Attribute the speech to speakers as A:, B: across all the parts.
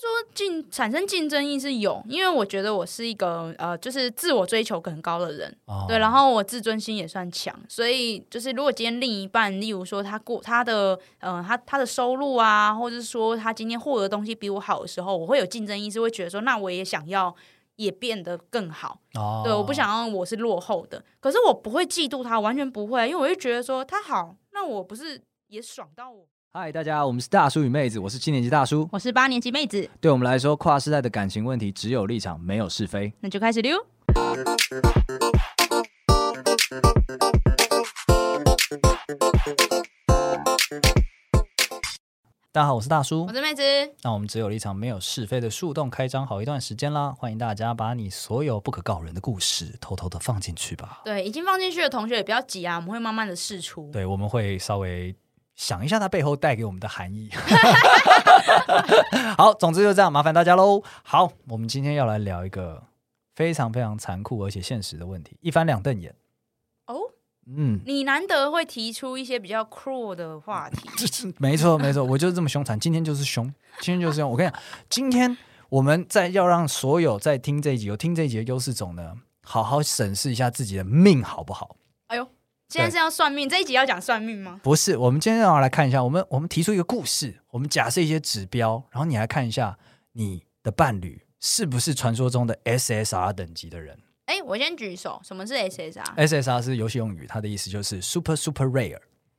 A: 说竞产生竞争意是有，因为我觉得我是一个呃，就是自我追求很高的人，
B: 哦
A: 对，然后我自尊心也算强，所以就是如果今天另一半，例如说他过他的呃他他的收入啊，或者是说他今天获得的东西比我好的时候，我会有竞争意识，会觉得说那我也想要也变得更好。
B: 哦
A: 对，我不想要我是落后的，可是我不会嫉妒他，完全不会，啊因为我就觉得说他好，那我不是也爽到我？
B: 嗨，大家，我们是大叔与妹子，我是七年级大叔。
A: 我是八年级妹子，
B: 对我们来说，跨世代的感情问题只有立场，没有是非。
A: 那就开始溜。
B: 大家好，我是大叔
A: 我。是妹子，
B: 那我们只有立场，没有是非的树洞开张好一段时间啦，欢迎大家把你所有不可告人的故事偷偷的放进去吧。
A: 对，已经放进去的同学也不要急啊，我们会慢慢的试出。
B: 对，我们会稍微想一下它背后带给我们的含义。 好，总之就这样，麻烦大家喽。好，我们今天要来聊一个非常非常残酷而且现实的问题，一翻两瞪眼。
A: 哦，
B: 嗯，
A: 你难得会提出一些比较 cruel 的话题，
B: 这这没错没错，我就是这么凶残，今天就是凶，今天就是凶。我跟你讲，今天我们在要让所有在听这一集有听这一集的优势种呢，好好审视一下自己的命好不好？
A: 哎呦，现在是要算命，这一集要讲算命吗？
B: 不是，我们今天要来看一下，我们我们提出一个故事，我们假设一些指标，然后你来看一下你的伴侣是不是传说中的 SSR 等级的人。
A: 哎，我先举手，什么是 SSR
B: SSR 是游戏用语，它的意思就是 super super rare。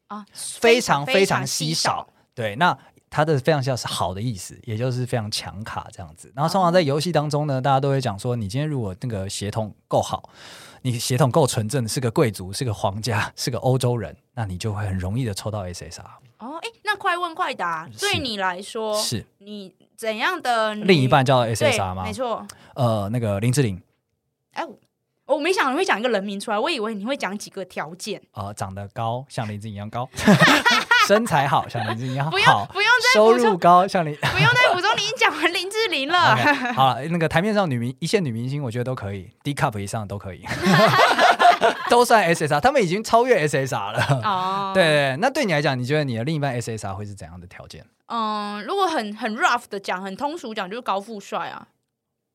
A: 啊？
B: 非常非常稀少。。对，那它的非常稀少是好的意思，也就是非常强卡这样子。然后
A: 哦
B: 通常在游戏当中呢，大家都会讲说，你今天如果那个血统够好，你血统够纯正，是个贵族，是个皇家，是个欧洲人，那你就会很容易的抽到 SSR。
A: 哦，哎，那快问快答，
B: 是
A: 对你来说，
B: 是
A: 你怎样的女
B: 另一半叫
A: 哦嗯对
B: SSR 吗
A: 没？错。
B: 呃，那个林志玲，
A: 哎、我我没想你会讲一个人名出来，我以为你会讲几个条件。
B: 呃，长得高，像林志玲一样高， 身材好，像林志玲一样
A: 不用
B: 好，
A: 不用再
B: 收
A: 补充
B: 入，高，像林。
A: 不用再补充，你已经讲完林志玲 了。
B: OK，好了，那个台面上女明一线女明星，我觉得都可以，D cup 以上都可以， 都算 SSR，他们已经超越 SSR 了。
A: 哦，
B: 对，对，那对你来讲，你觉得你的另一半 SSR 会是怎样的条件
A: 嗯，如果很很 rough 的讲，很通俗讲，就是高富帅啊。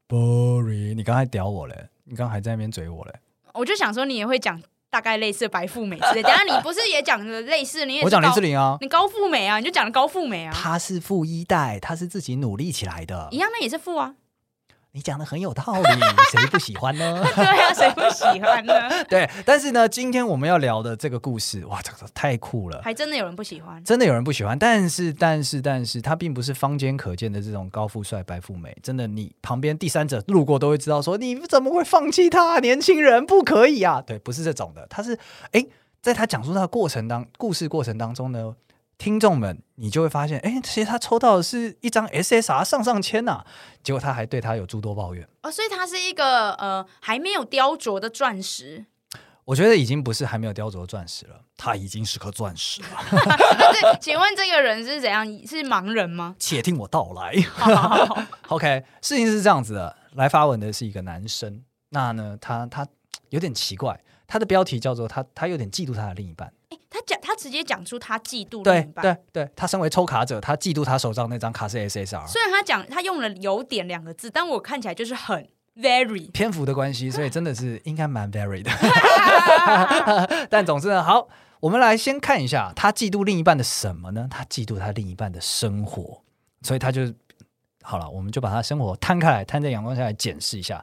B: ？Boring，你刚才屌我嘞，你刚才还在那边嘴我嘞，
A: 我就想说，你也会讲大概类似的白富美之类。等一下你不是也讲的类似？你也是
B: 我讲林
A: 高
B: 志，玲啊，
A: 你高富美啊，你就讲了高富美啊，
B: 她是富一代，她是自己努力起来的
A: 一。样，那也是富啊。
B: 你讲的很有道理，谁不喜欢 呢？
A: 对啊，谁不喜欢呢？
B: 对，但是呢，今天我们要聊的这个故事，哇，这个太酷了。
A: 还真的有人不喜欢。
B: 真的有人不喜欢，但是但是但是，它并不是坊间可见的这种高富帅、白富美。真的，你旁边第三者路过都会知道说，你怎么会放弃他、年轻人不可以啊！对，不是这种的，他是诶，在他讲述他的过程当故事过程当中呢，听众们你就会发现，诶，其实他抽到的是一张 SSR 上上签呐、结果他还对他有诸多抱怨。
A: 哦，所以它是一个呃还没有雕琢的钻石，
B: 我觉得已经不是还没有雕琢钻石了，他已经是颗钻石了。
A: 但是请问这个人是怎样？是盲人吗？
B: 且听我道来。OK，事情是这样子的，来发文的是一个男生，那呢，他他有点奇怪，他的标题叫做他他有点嫉妒他的另一半，
A: 他讲，他直接讲出他嫉妒另
B: 对
A: 一半。
B: 对对，他身为抽卡者，他嫉妒他手上那张卡是 SSR。
A: 虽然他讲他用了“有点”两个字，但我看起来就是很 very
B: 篇幅的关系，所以真的是应该蛮 varied 的。但总之呢，好，我们来先看一下他嫉妒另一半的什么呢？他嫉妒他另一半的生活，所以他就好了，我们就把他生活摊开来，摊在阳光下来检视一下。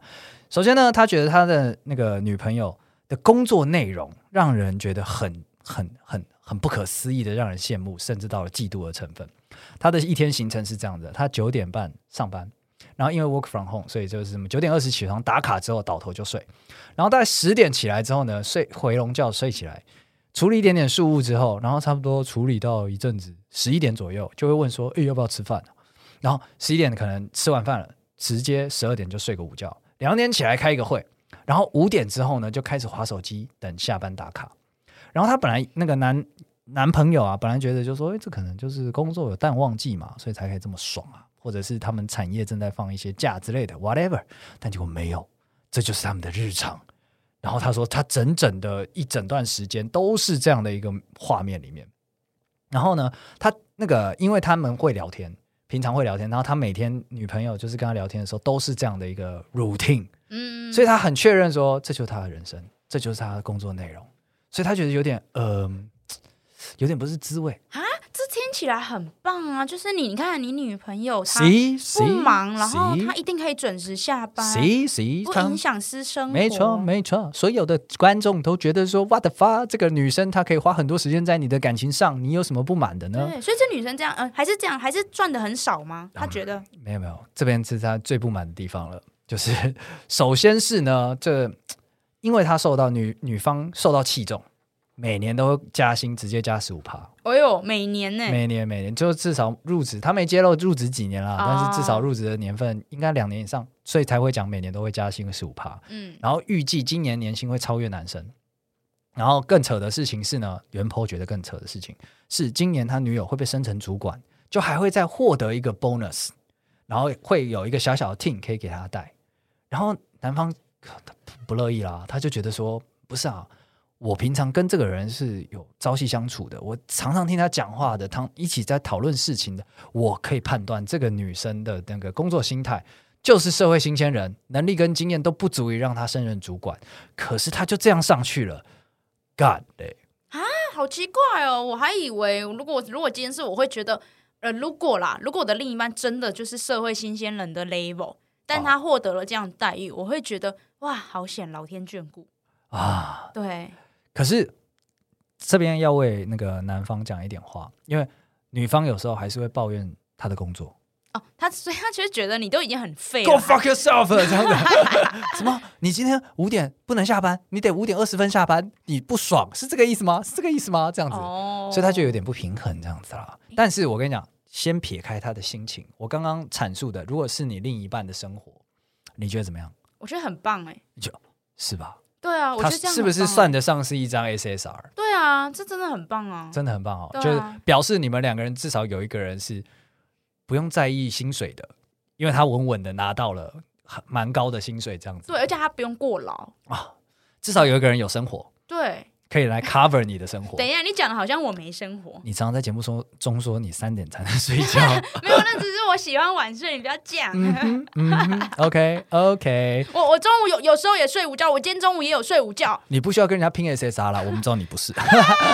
B: 首先呢，他觉得他的那个女朋友的工作内容让人觉得很、很、很、很不可思议的，让人羡慕，甚至到了嫉妒的成分。他的一天行程是这样的：他九点半上班，然后因为 work from home，所以就是什么九点二十起床打卡之后倒头就睡，然后大概十点起来之后呢，睡回笼觉睡起来，处理一点点事务之后，然后差不多处理到一阵子十一点左右，就会问说：“哎诶，要不要吃饭、啊然后十一点可能吃完饭了，直接十二点就睡个午觉，两点起来开一个会，然后五点之后呢就开始划手机等下班打卡。然后他本来那个男男朋友啊，本来觉得就说，哎，这可能就是工作有淡旺季嘛，所以才可以这么爽啊，或者是他们产业正在放一些假之类的，whatever。但结果没有，这就是他们的日常。然后他说，他整整的一整段时间都是这样的一个画面里面。然后呢，他那个因为他们会聊天，平常会聊天，然后他每天女朋友就是跟他聊天的时候都是这样的一个 routine，
A: 嗯，
B: 所以他很确认说这就是他的人生，这就是他的工作内容，所以他觉得有点呃，有点不是滋味。
A: 啊，这听起来很棒啊！就是你，你看你女朋友她
B: 谁
A: 不
B: 谁
A: 忙，然后她一定可以准时下班，
B: 谁谁
A: 不
B: 他
A: 影响私生活。
B: 没错，没错，所有的观众都觉得说，what the fuck，这个女生她可以花很多时间在你的感情上，你有什么不满的呢？
A: 对，所以这女生这样，嗯、还是这样，还是赚的很少吗？她觉得，
B: 没有没有，这边是她最不满的地方了，就是首先是呢，这因为她受到女女方受到器重，每年都加薪，直接加十五趴，
A: 哎呦，每年呢、
B: 每年每年就至少入职，她没揭露入职几年啦，但是至少
A: 哦
B: 入职的年份应该两年以上，所以才会讲每年都会加薪十五趴。
A: 嗯，
B: 然后预计今年年薪会超越男生。然后更扯的事情是呢，袁坡觉得更扯的事情是，今年他女友会被升成主管，就还会再获得一个 bonus，然后会有一个小小的 team 可以给他带。然后男方呃他不不乐意啦，他就觉得说，不是啊，我平常跟这个人是有朝夕相处的，我常常听他讲话的，他一起在讨论事情的，我可以判断这个女生的那个工作心态，就是社会新鲜人，能力跟经验都不足以让他胜任主管。可是他就这样上去了，God 嘞、
A: 啊好奇怪哦！我还以为，如果如果今天是我会觉得，呃，如果啦，如果我的另一半真的就是社会新鲜人的 level，但
B: 啊
A: 他获得了这样的待遇，我会觉得哇，好险，老天眷顾。
B: 啊！
A: 对，
B: 可是这边要为那个男方讲一点话，因为女方有时候还是会抱怨他的工作。
A: 哦，他所以他其实觉得你都已经很废
B: Go
A: 了，
B: fuck yourself！这 样的，什么？你今天五点不能下班，你得五点二十分下班，你不爽是这个意思吗？是这个意思吗？这样子，
A: 哦，
B: 所以他就有点不平衡这样子啦。但是我跟你讲，先撇开他的心情，我刚刚阐述的，如果是你另一半的生活，你觉得怎么样？
A: 我觉得很棒哎、
B: 是吧？
A: 对啊，我
B: 他
A: 觉得这样
B: 是不
A: 很
B: 是
A: 棒啊
B: 算？得上是一张 SSR？
A: 对啊，这真的很棒啊！
B: 真的很棒哦，
A: 对啊
B: 就是表示你们两个人至少有一个人是不用在意薪水的，因为他稳稳的拿到了很蛮高的薪水，这样子。
A: 对，而且他不用过劳。
B: 啊，至少有一个人有生活，
A: 对，
B: 可以来 cover 你的生活，
A: 等。一下，你讲的好像我没生活
B: 你常常在节目说中说你三点才能睡觉，
A: 没有，那只是我喜欢晚睡，你不要讲。
B: 嗯哼嗯哼，OK OK，
A: 我我中午有有时候也睡午觉，我今天中午也有睡午觉。
B: 你不需要跟人家拼 SSR 啦，我们知道你不是，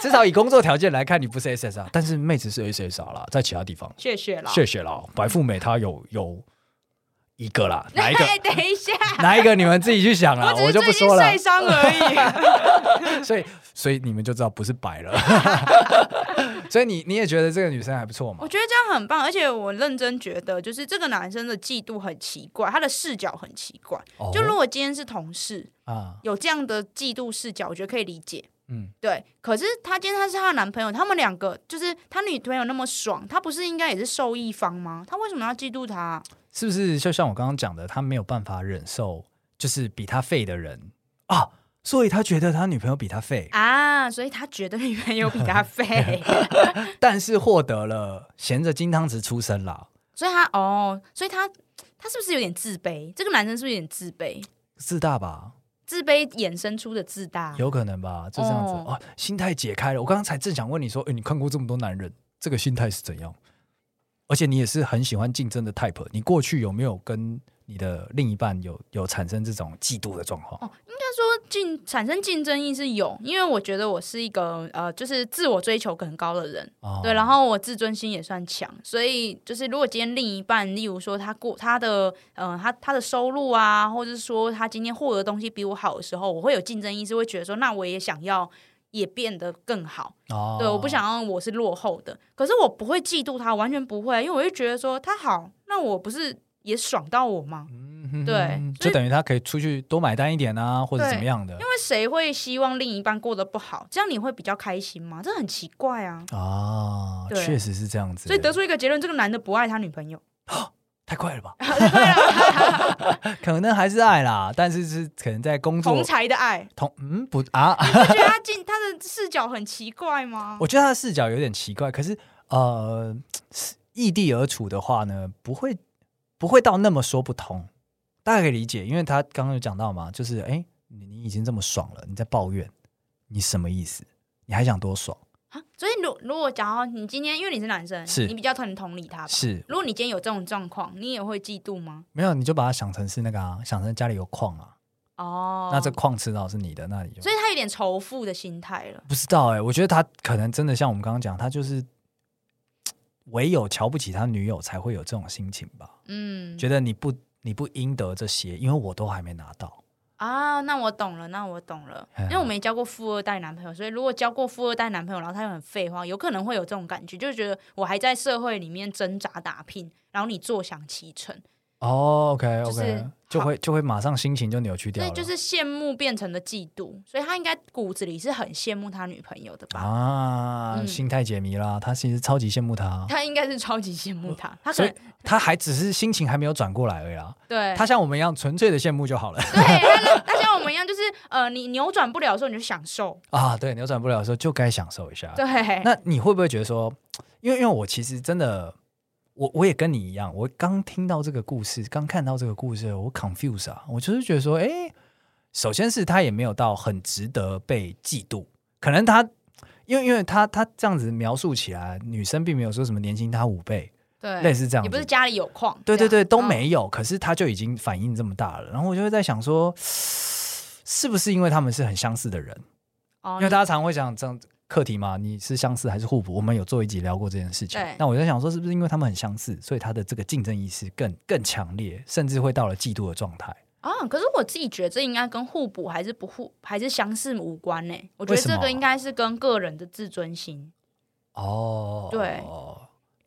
B: 至少以工作条件来看，你不是 SSR，但是妹子是 SSR 啦，在其他地方，
A: 谢谢啦。
B: 谢谢啦，白富美她有有一个 啦，哪一个？
A: 哎，等一 下，
B: 哪一个你们自己去想啦，我
A: 我只
B: 就是
A: 最
B: 不
A: 近
B: 说了
A: 晒。伤而 已。
B: 所以，所以你们就知道不是 白了。所以你你也觉得这个女生还不错嘛
A: 我？觉得这样很棒，而且我认真觉得，就是这个男生的嫉妒很奇怪，他的视角很奇怪。
B: 哦
A: 就如果今天是同事，
B: 啊，
A: 有这样的嫉妒视角，我觉得可以理解。
B: 嗯，
A: 对，可是她今天她是她的男朋友，他们两个就是她女朋友那么爽，她不是应该也是受益方吗？她为什么要嫉妒他？
B: 是不是就像我刚刚讲的，他没有办法忍受就是比他废的人啊，所以他觉得他女朋友比他废，
A: 啊？所以她觉得女朋友比她废，
B: 但是获得了衔着金汤匙出生啦，
A: 所以她哦，所以她她是不是有点自卑？这个男生是不是有点自卑？
B: 自大吧？
A: 自卑衍生出的自大，
B: 有可能吧？就这样子
A: 哦
B: 哦、啊，心态解开了。我刚刚才正想问你说，哎诶，你看过这么多男人，这个心态是怎样？而且你也是很喜欢竞争的 type，你过去有没有跟你的另一半有有产生这种嫉妒的状况？
A: 说竞产生竞争意是有，因为我觉得我是一个呃，就是自我追求很高的人，
B: 哦
A: 对，然后我自尊心也算强，所以就是如果今天另一半，例如说他过他的呃他他的收入啊，或者是说他今天获得的东西比我好的时候，我会有竞争意识，会觉得说那我也想要也变得更好，
B: 哦
A: 对，我不想要我是落后的，可是我不会嫉妒他，完全不会，啊因为我会觉得说他好，那我不是也爽到我吗？
B: 嗯哼哼，
A: 对所
B: 就
A: 以
B: 等于他可以出去多买单一点啊，或者
A: 对
B: 怎么样的
A: 因为谁会希望另一半过得不好？这样你会比较开心吗？这很奇怪啊。
B: 啊，
A: 对
B: 确实是这样子。
A: 所以得出一个结论，这个男的不爱他女朋 友。
B: 太快了吧？可能还是爱啦，但是是可能在工
A: 同
B: 作
A: 才的爱，
B: 同嗯不啊，
A: 你 不觉得他进他的视角很奇怪吗？
B: 我觉得他的视角有点奇怪，可是呃，异地而处的话呢，不会不会到那么说不通，大家可以理解，因为他刚刚有讲到嘛，就是哎，诶你你已经这么爽了，你在抱怨，你什么意思？你还想多爽？
A: 啊啊所以如如果讲到你今天，因为你是男生，
B: 是
A: 你比较能同理他吧？
B: 是
A: 如果你今天有这种状况，你也会嫉妒吗？
B: 没有，你就把它想成是那个啊，想成家里有矿啊，
A: 哦，
B: 那这矿吃到是你的，那你就
A: 所以他有点仇富的心态了。
B: 不知道哎、我觉得他可能真的像我们刚刚讲，他就是嘖唯有瞧不起他女友才会有这种心情吧，
A: 嗯，
B: 觉得你不你不应得这些，因为我都还没拿到。
A: 啊，那我懂了，那我懂 了，因为我没交过富二代男朋友，所以如果交过富二代男朋友，然后他又很废话，有可能会有这种感觉，就是觉得我还在社会里面挣扎打拼，然后你坐享其成，
B: 哦，OK
A: 就是
B: OK，就会就会马上心情就扭曲掉
A: 所以
B: 了，
A: 就是羡慕变成了嫉妒，所以他应该骨子里是很羡慕他女朋友的吧？
B: 啊，
A: 嗯
B: 心态解谜啦。他其实超级羡慕他，
A: 他应该是超级羡慕他，他可
B: 哦呃所以
A: 能
B: 他还只是心情还没有转过来而已啦。
A: 对
B: 他像我们一样纯粹的羡慕就好了
A: 对， 他他像我们一样，就是呃，你扭转不了的时候，你就享受，
B: 啊。对，扭转不了的时候就该享受一下。
A: 对，
B: 啊那你会不会觉得说，因为因为我其实真的，我我也跟你一样，我刚听到这个故事，刚看到这个故事，我 confuse 啊，我就是觉得说，诶，首先是他也没有到很值得被嫉妒，可能他。因为因为他他这样子描述起来，女生并没有说什么年薪他五倍，
A: 对，
B: 类似这样
A: 也
B: 子，
A: 不是家里有矿，
B: 对对
A: 这
B: 对，
A: 样
B: 都
A: 嗯
B: 没有，可是他就已经反应这么大了。然后我就会在想说， 是不是因为他们是很相似的人？
A: 哦
B: 因为大家常会讲这样课题嘛，你是相似还是互补？我们有做一集聊过这件事情
A: 对。
B: 那我在想说，是不是因为他们很相似，所以他的这个竞争意识更更强烈，甚至会到了嫉妒的状态？
A: 啊，可是我自己觉得这应该跟互补还是不互还是相似无关呢、欸我觉
B: 为
A: 得
B: 什么
A: 这个应该是跟个人的自尊 心。
B: 哦，
A: 对，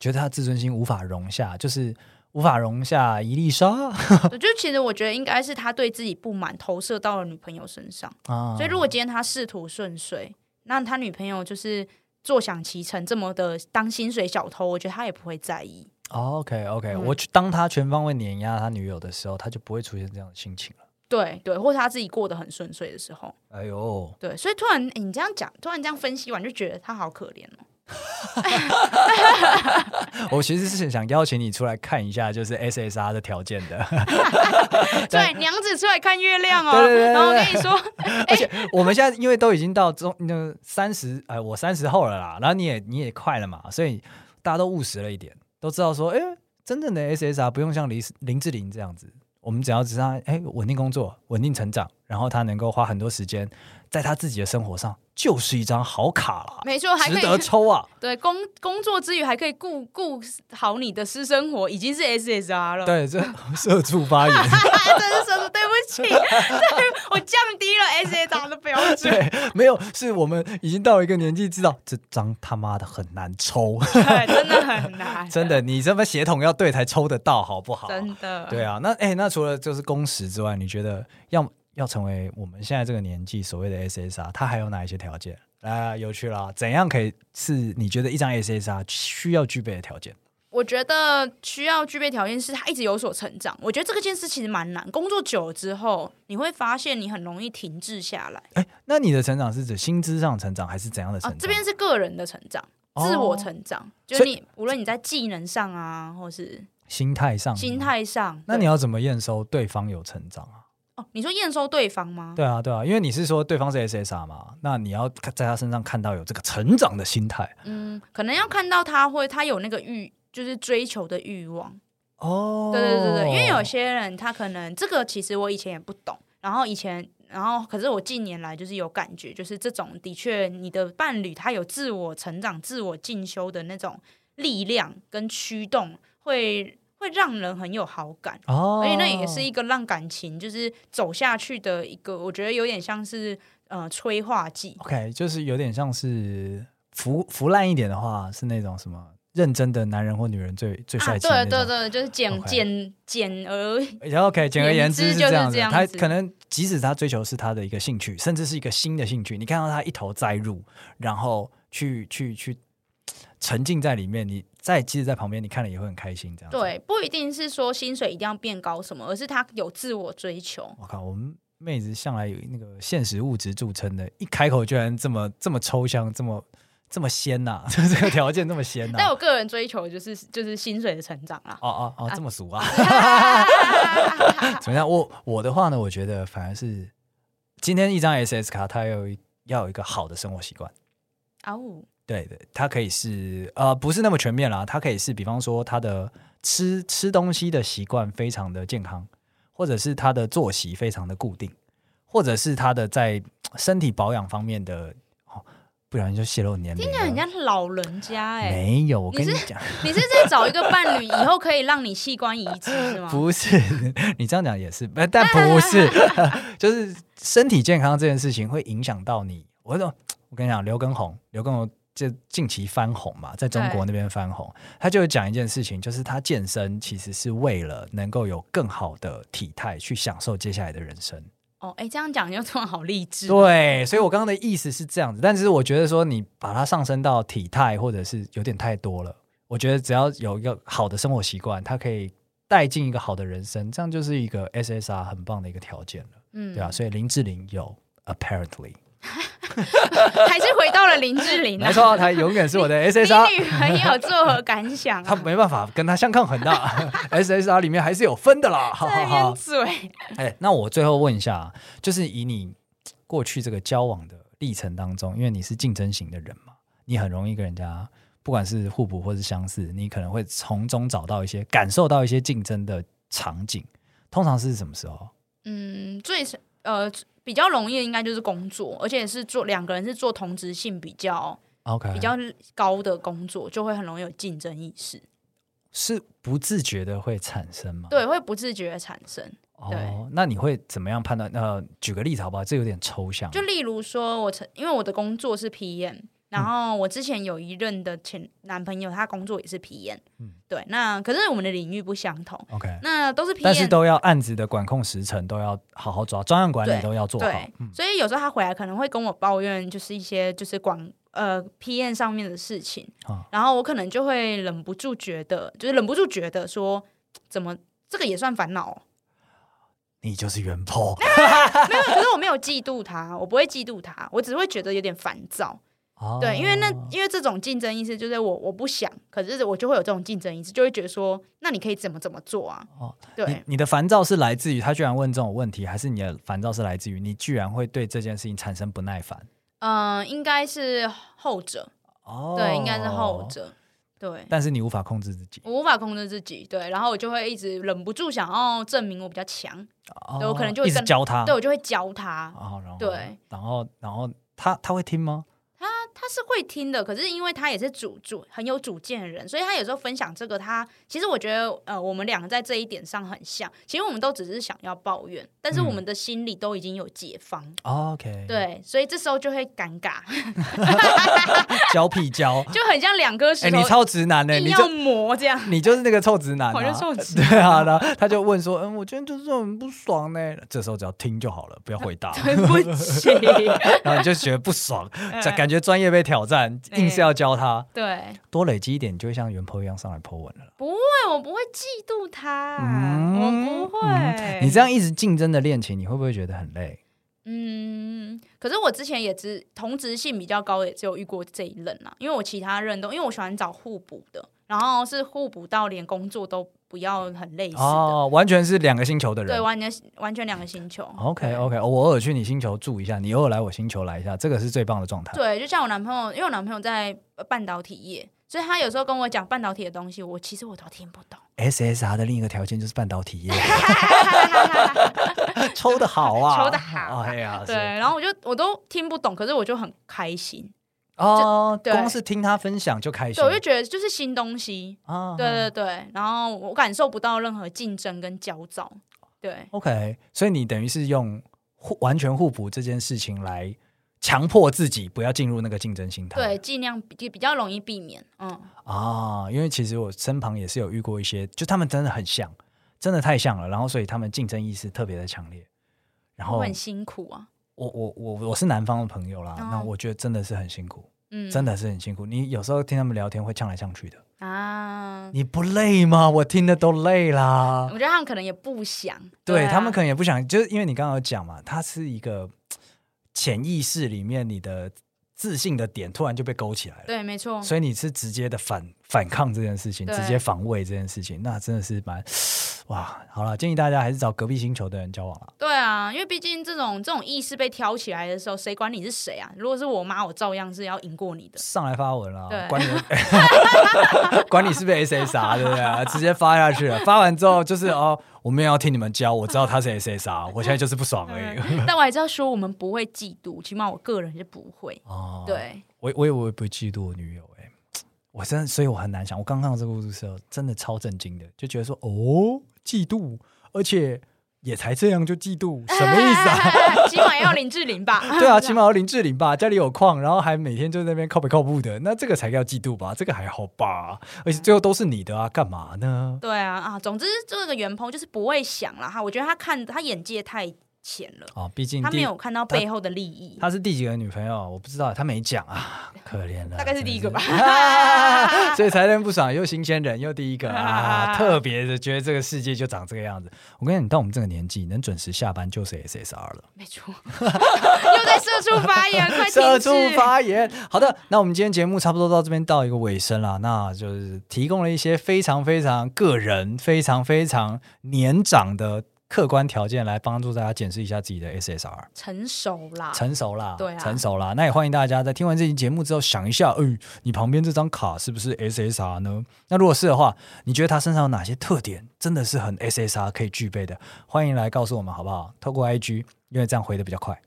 B: 觉得他自尊心无法容下，就是无法容下一粒沙
A: 我就其实我觉得应该是他对自己不满投射到了女朋友身上，
B: 啊。
A: 所以如果今天他仕途顺遂，那他女朋友就是坐享其成这么的当薪水小偷，我觉得他也不会在意。
B: OK OK，、
A: 嗯
B: 哦我去当他全方位碾压他女友的时候，他就不会出现这样的心情了。
A: 对对，或是他自己过得很顺遂的时候，
B: 哎呦，
A: 对，所以突然、诶你这样讲，突然这样分析完，就觉得他好可怜 哦。
B: 我其实是想邀请你出来看一下，就是 SSR 的条件的。
A: 对，娘子出来看月亮哦。
B: 对对对对
A: 然后我跟你说，
B: 而且 我们现在因为都已经到中那三十，哎，我三十后了啦，然后你也你也快了嘛，所以大家都务实了一点，都知道说，哎，真正的 SSR 不用像林林志玲这样子，我们只要只让他哎稳定工作、稳定成长，然后他能够花很多时间在他自己的生活上，就是一张好卡啦，
A: 没错，还可
B: 值
A: 以嗯
B: 得抽 啊！
A: 对，工工作之余还可以顾顾好你的私生活，已经是 SSR 了。
B: 对，这社畜发 言。
A: 真是说对不起， 对我降低了 SSR 的标准。
B: 对，没有，是我们已经到了一个年纪，知道这张他妈的很难抽，
A: 对， 真的很难，
B: 真的，你这么血统要对才抽得到，好不好？
A: 真的。
B: 对啊，那哎、那除了就是工时之外，你觉得要要成为我们现在这个年纪所谓的 SSR，它还有哪一些条件？来、啊，有趣啦！怎样可以是你觉得一张 SSR 需要具备的条件？
A: 我觉得需要具备条件是他一直有所成长。我觉得这个件事其实蛮难，工作久了之后，你会发现你很容易停滞下来。
B: 哎、那你的成长是指薪资上的成长，还是怎样的成
A: 啊
B: 长？，
A: 这边是个人的成长。
B: 哦
A: 自我成长，就是你无论你在技能上啊，或是
B: 心态上，
A: 心。态上，
B: 嗯那你
A: 对
B: 要怎么验收对方有成长啊？
A: 哦，你说验收对方吗？
B: 对啊，对啊，因为你是说对方是 SSR 嘛，那你要看在他身上看到有这个成长的心态
A: 嗯，可能要看到他会，他有那个欲，就是追求的欲望。
B: 哦。
A: 对对对对，因为有些人他可能这个其实我以前也不懂，然后以前，然后可是我近年来就是有感觉，就是这种的确，你的伴侣他有自我成长、自我进修的那种力量跟驱动，会会让人很有好感。
B: 哦，
A: 而且那也是一个让感情就是走下去的一个，我觉得有点像是呃催化剂。
B: OK，就是有点像是腐腐烂一点的话，是那种什么认真的男人或女人最最帅
A: 啊，
B: 气的、
A: 对对。对，就是简
B: OK
A: 简简而
B: 然后 OK，简而言之
A: 言之
B: 是
A: 就是
B: 这样子。
A: 这样
B: 他
A: 子
B: 可能即使他追求是他的一个兴趣，甚至是一个新的兴趣，你看到他一头栽入，然后去去去沉浸在里面，你在即使在旁边，你看了也会很开心。这样子，
A: 对，不一定是说薪水一定要变高什么，而是他有自我追求。
B: 我靠，我们妹子向来有那个现实物质著称的，一开口居然这么这么抽象，这么这么仙呐、 这个条件这么仙呐、
A: 但我个人追求就是就是薪水的成长啊啦。
B: 哦哦哦，这么俗 啊！怎么样？我我的话呢，我觉得反而是今天一张 SS 卡，它要有一要有一个好的生活习惯。
A: 啊呜，
B: 对对，它可以是呃不是那么全面啦，它可以是比方说他的吃吃东西的习惯非常的健康，或者是他的作息非常的固定，或者是他的在身体保养方面的哦，不小心就泄露年龄
A: 听
B: 了，
A: 起来很像老人家哎、
B: 没有，我跟你
A: 你
B: 讲，
A: 你是在找一个伴侣，以后可以让你器官移植是 吗？
B: 不是，你这样讲也是， 呃但不是，就是身体健康这件事情会影响到你。我说，我跟你讲，刘畊宏，刘畊宏这近期翻红嘛，在中国那边翻红，他就有讲一件事情，就是他健身其实是为了能够有更好的体态，去享受接下来的人生。
A: 哦，哎、这样讲就突然好励志。
B: 对，所以我刚刚的意思是这样子，但是我觉得说你把它上升到体态或者是有点太多了。我觉得只要有一个好的生活习惯，它可以带进一个好的人生，这样就是一个 SSR 很棒的一个条件了，
A: 嗯，
B: 对啊，所以林志玲有 apparently
A: 还是回到了林志玲、啊。
B: 没，错，她永远是我的 SSR，
A: 你女朋友作何感想、啊？
B: 她没办法跟她相抗衡啊的 ，SSR 里面还是有分的啦。好
A: 在
B: 好
A: 那边
B: 好，
A: 嘴，
B: 哎，那我最后问一下，啊就是以你过去这个交往的历程当中，因为你是竞争型的人嘛，你很容易跟人家不管是互补或是相似，你可能会从中找到一些感受到一些竞争的场景。通常是什么时候？
A: 嗯，最是呃比较容易的应该就是工作，而且是做两个人是做同职性比较
B: OK，
A: 比较高的工作，就会很容易有竞争意识，
B: 是不自觉的会产生吗？，
A: 对，会不自觉的产生。对
B: 哦，那你会怎么样判断？呃，举个例子好不好？这有点抽象。
A: 就例如说我曾，因为我的工作是 PM，然后我之前有一任的前男朋友，他工作也是 PM，
B: 嗯
A: 对，那可是我们的领域不相同，
B: OK，
A: 那都是 PM，
B: 但是都要案子的管控时程都要好好抓，专案管理
A: 对
B: 都要做好嗯
A: 对。，所以有时候他回来可能会跟我抱怨，就是一些就是广呃 PM 上面的事情，
B: 啊
A: 然后我可能就会忍不住觉得，就是忍不住觉得说，怎么这个也算烦恼哦、
B: 你就是原 po。
A: 没有，可是我没有嫉妒他，我不会嫉妒他，我只会觉得有点烦躁。
B: 哦
A: 对，因为那因为这种竞争意识就是我我不想，可是我就会有这种竞争意识，就会觉得说，那你可以怎么怎么做啊？
B: 哦你
A: 对，
B: 你的烦躁是来自于他居然问这种问题，还是你的烦躁是来自于你居然会对这件事情产生不耐烦？
A: 嗯、应该是后者，
B: 哦
A: 对，应该是后。者，对。
B: 但是你无法控制自己，
A: 我无法控制自己，对，然后我就会一直忍不住想要证明我比较强，对我可能就
B: 哦
A: 会
B: 一直
A: 跟
B: 教他。
A: 对我就会教他。
B: 哦，然后
A: 对，
B: 然后然后他他会听吗？
A: 他是会听的，可是因为他也是主主很有主见的人，所以他有时候分享这个，他其实我觉得呃，我们两个在这一点上很像。其实我们都只是想要抱怨，但是
B: 嗯
A: 我们的心里都已经有解放，
B: 哦 OK，，
A: 对，所以这时候就会尴尬，
B: 教屁教。
A: 就很像两颗
B: 哎，
A: 石头
B: 你超直男呢，
A: 硬
B: 你
A: 要
B: 就
A: 磨这样。
B: 你就是那个臭直男啊，
A: 我就臭直
B: 对啊，然后他就问说，嗯，我今天就是很不爽呢。这时候只要听就好了，不要回答。
A: 对不起，
B: 然后你就觉得不爽， 这
A: 嗯
B: 感觉专业被挑战，硬是要教他。
A: 对，
B: 多累积一点，你就会像原 po 一样上来 po 文了啦。
A: 对，我不会嫉妒他，
B: 嗯
A: 我不会。
B: 你这样一直竞争的恋情，你会不会觉得很累？
A: 嗯，可是我之前也只同质性比较高，也只有遇过这一任啦、因为我其他任都，因为我喜欢找互补的，然后是互补到连工作都不要很类似的，
B: 哦，完全是两个星球的
A: 对，
B: 人。哦
A: 完全完全两个星球。
B: OK OK，我偶尔去你星球住一下，你偶尔来我星球来一下，这个是最棒的状态。
A: 对，就像我男朋友，因为我男朋友在呃半导体业，所以他有时候跟我讲半导体的东西，我其实我都听不懂。
B: SSR 的另一个条件就是半导体业， 抽的好啊，
A: 抽得好
B: 哎呀，
A: 对，
B: 是
A: 然后我就我都听不懂，可是我就很开心，
B: 哦，
A: 对
B: 光是听他分享就开心
A: 对，我就觉得就是新东西，
B: 啊
A: 对对对，然后我感受不到任何竞争跟焦躁，对。
B: OK，所以你等于是用互完全互补这件事情来强迫自己不要进入那个竞争心态。
A: 对，尽量比比较容易避免。嗯，
B: 啊，因为其实我身旁也是有遇过一些，就他们真的很像，真的太像了，然后所以他们竞争意识特别的强烈。然后
A: 我很辛苦啊。
B: 我我我我是南方的朋友啦，
A: 哦
B: 那我觉得真的是很辛苦，
A: 嗯，
B: 真的是很辛苦。你有时候听他们聊天会呛来呛去的，
A: 啊，
B: 你不累吗？我听的都累啦
A: 我。觉得他们可能也不想，
B: 对
A: 嗯啊
B: 他们可能也不想，就是因为你刚刚有讲嘛，它是一个嘖潜意识里面你的自信的点突然就被勾起来了，
A: 对，没错，
B: 所以你是直接的反反抗这件事情，
A: 哦对
B: 直接防卫这件事情，那真的是蛮， 哇，好了，建议大家还是找隔壁星球的人交往了。
A: 对啊，因为毕竟这种这种意识被挑起来的时候，谁管你是谁啊？如果是我妈，我照样是要赢过你的。
B: 上来发文啦
A: 对，
B: 管你 管你是不是 SSR，对 不对？直接发下去了，发完之后就是哦，我没有要听你们教，我知道他是 SSR，我现在就是不爽而已。
A: 但我还是要说，我们不会嫉妒，起码我个人是不会。
B: 哦，，
A: 对，
B: 我我也我也不会嫉妒我女友哎、我真的，所以我很难想。我刚看到这个故事的时候，真的超震惊的，就觉得说哦，嫉妒，而且也才这样就嫉妒，什么意思啊？
A: 啊？起码要林志玲吧？
B: 对啊，起码要林志玲吧，家里有矿，然后还每天就在那边靠北靠步的，那这个才叫嫉妒吧？这个还好吧？而且
A: 嗯
B: 最后都是你的啊，干嘛呢？
A: 对啊啊！总之，这个袁鹏就是不会想了哈。我觉得他看他眼界太浅了，
B: 啊，毕竟
A: 他没
B: 第
A: 有看到背后的利益。
B: 她是第几个女朋友，我不知道，她没 讲啊，可怜了，
A: 大概是第一个吧
B: 真的是啊所以才能不爽，又新鲜人，又第一 个啊，特别的觉得这个世界就长这个样子。我跟你讲，你到我们这个年纪，能准时下班就是 SSR 了。
A: 没错， 又在社畜发 言， 快停止
B: 社畜发言。好的，那我们今天节目差不多到这边到一个尾声啦，那就是提供了一些非常非常个人、非常非常年长的客观条件来帮助大家检视一下自己的 SSR。
A: 成熟啦，
B: 成熟啦，
A: 对啊
B: 成熟啦。那也欢迎大家在听完这期节目之后想一下，哎、你旁边这张卡是不是 SSR 呢？那如果是的话，你觉得他身上有哪些特点真的是很 SSR 可以具备的？欢迎来告诉我们好不好？透过 IG，因为这样回的比较快。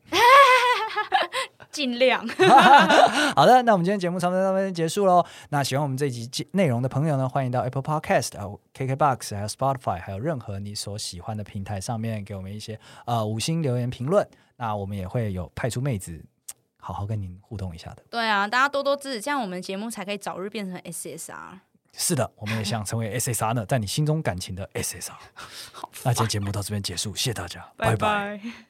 A: 尽量。
B: 好的，那我们今天节目差不多到这边结束喽。那喜欢我们这集节内容的朋友呢，欢迎到 Apple Podcast 啊、KKBox 还有 Spotify，还有任何你所喜欢的平台上面给我们一些呃五星留言评论。那我们也会有派出妹子好好跟您互动一下的。
A: 对啊，大家多多支持，这样我们节目才可以早日变成 SSR。
B: 是的，我们也想成 为 SSR 呢，在你心中感情的 SSR。那今天节目到这边结束，谢谢大家，拜拜
A: 拜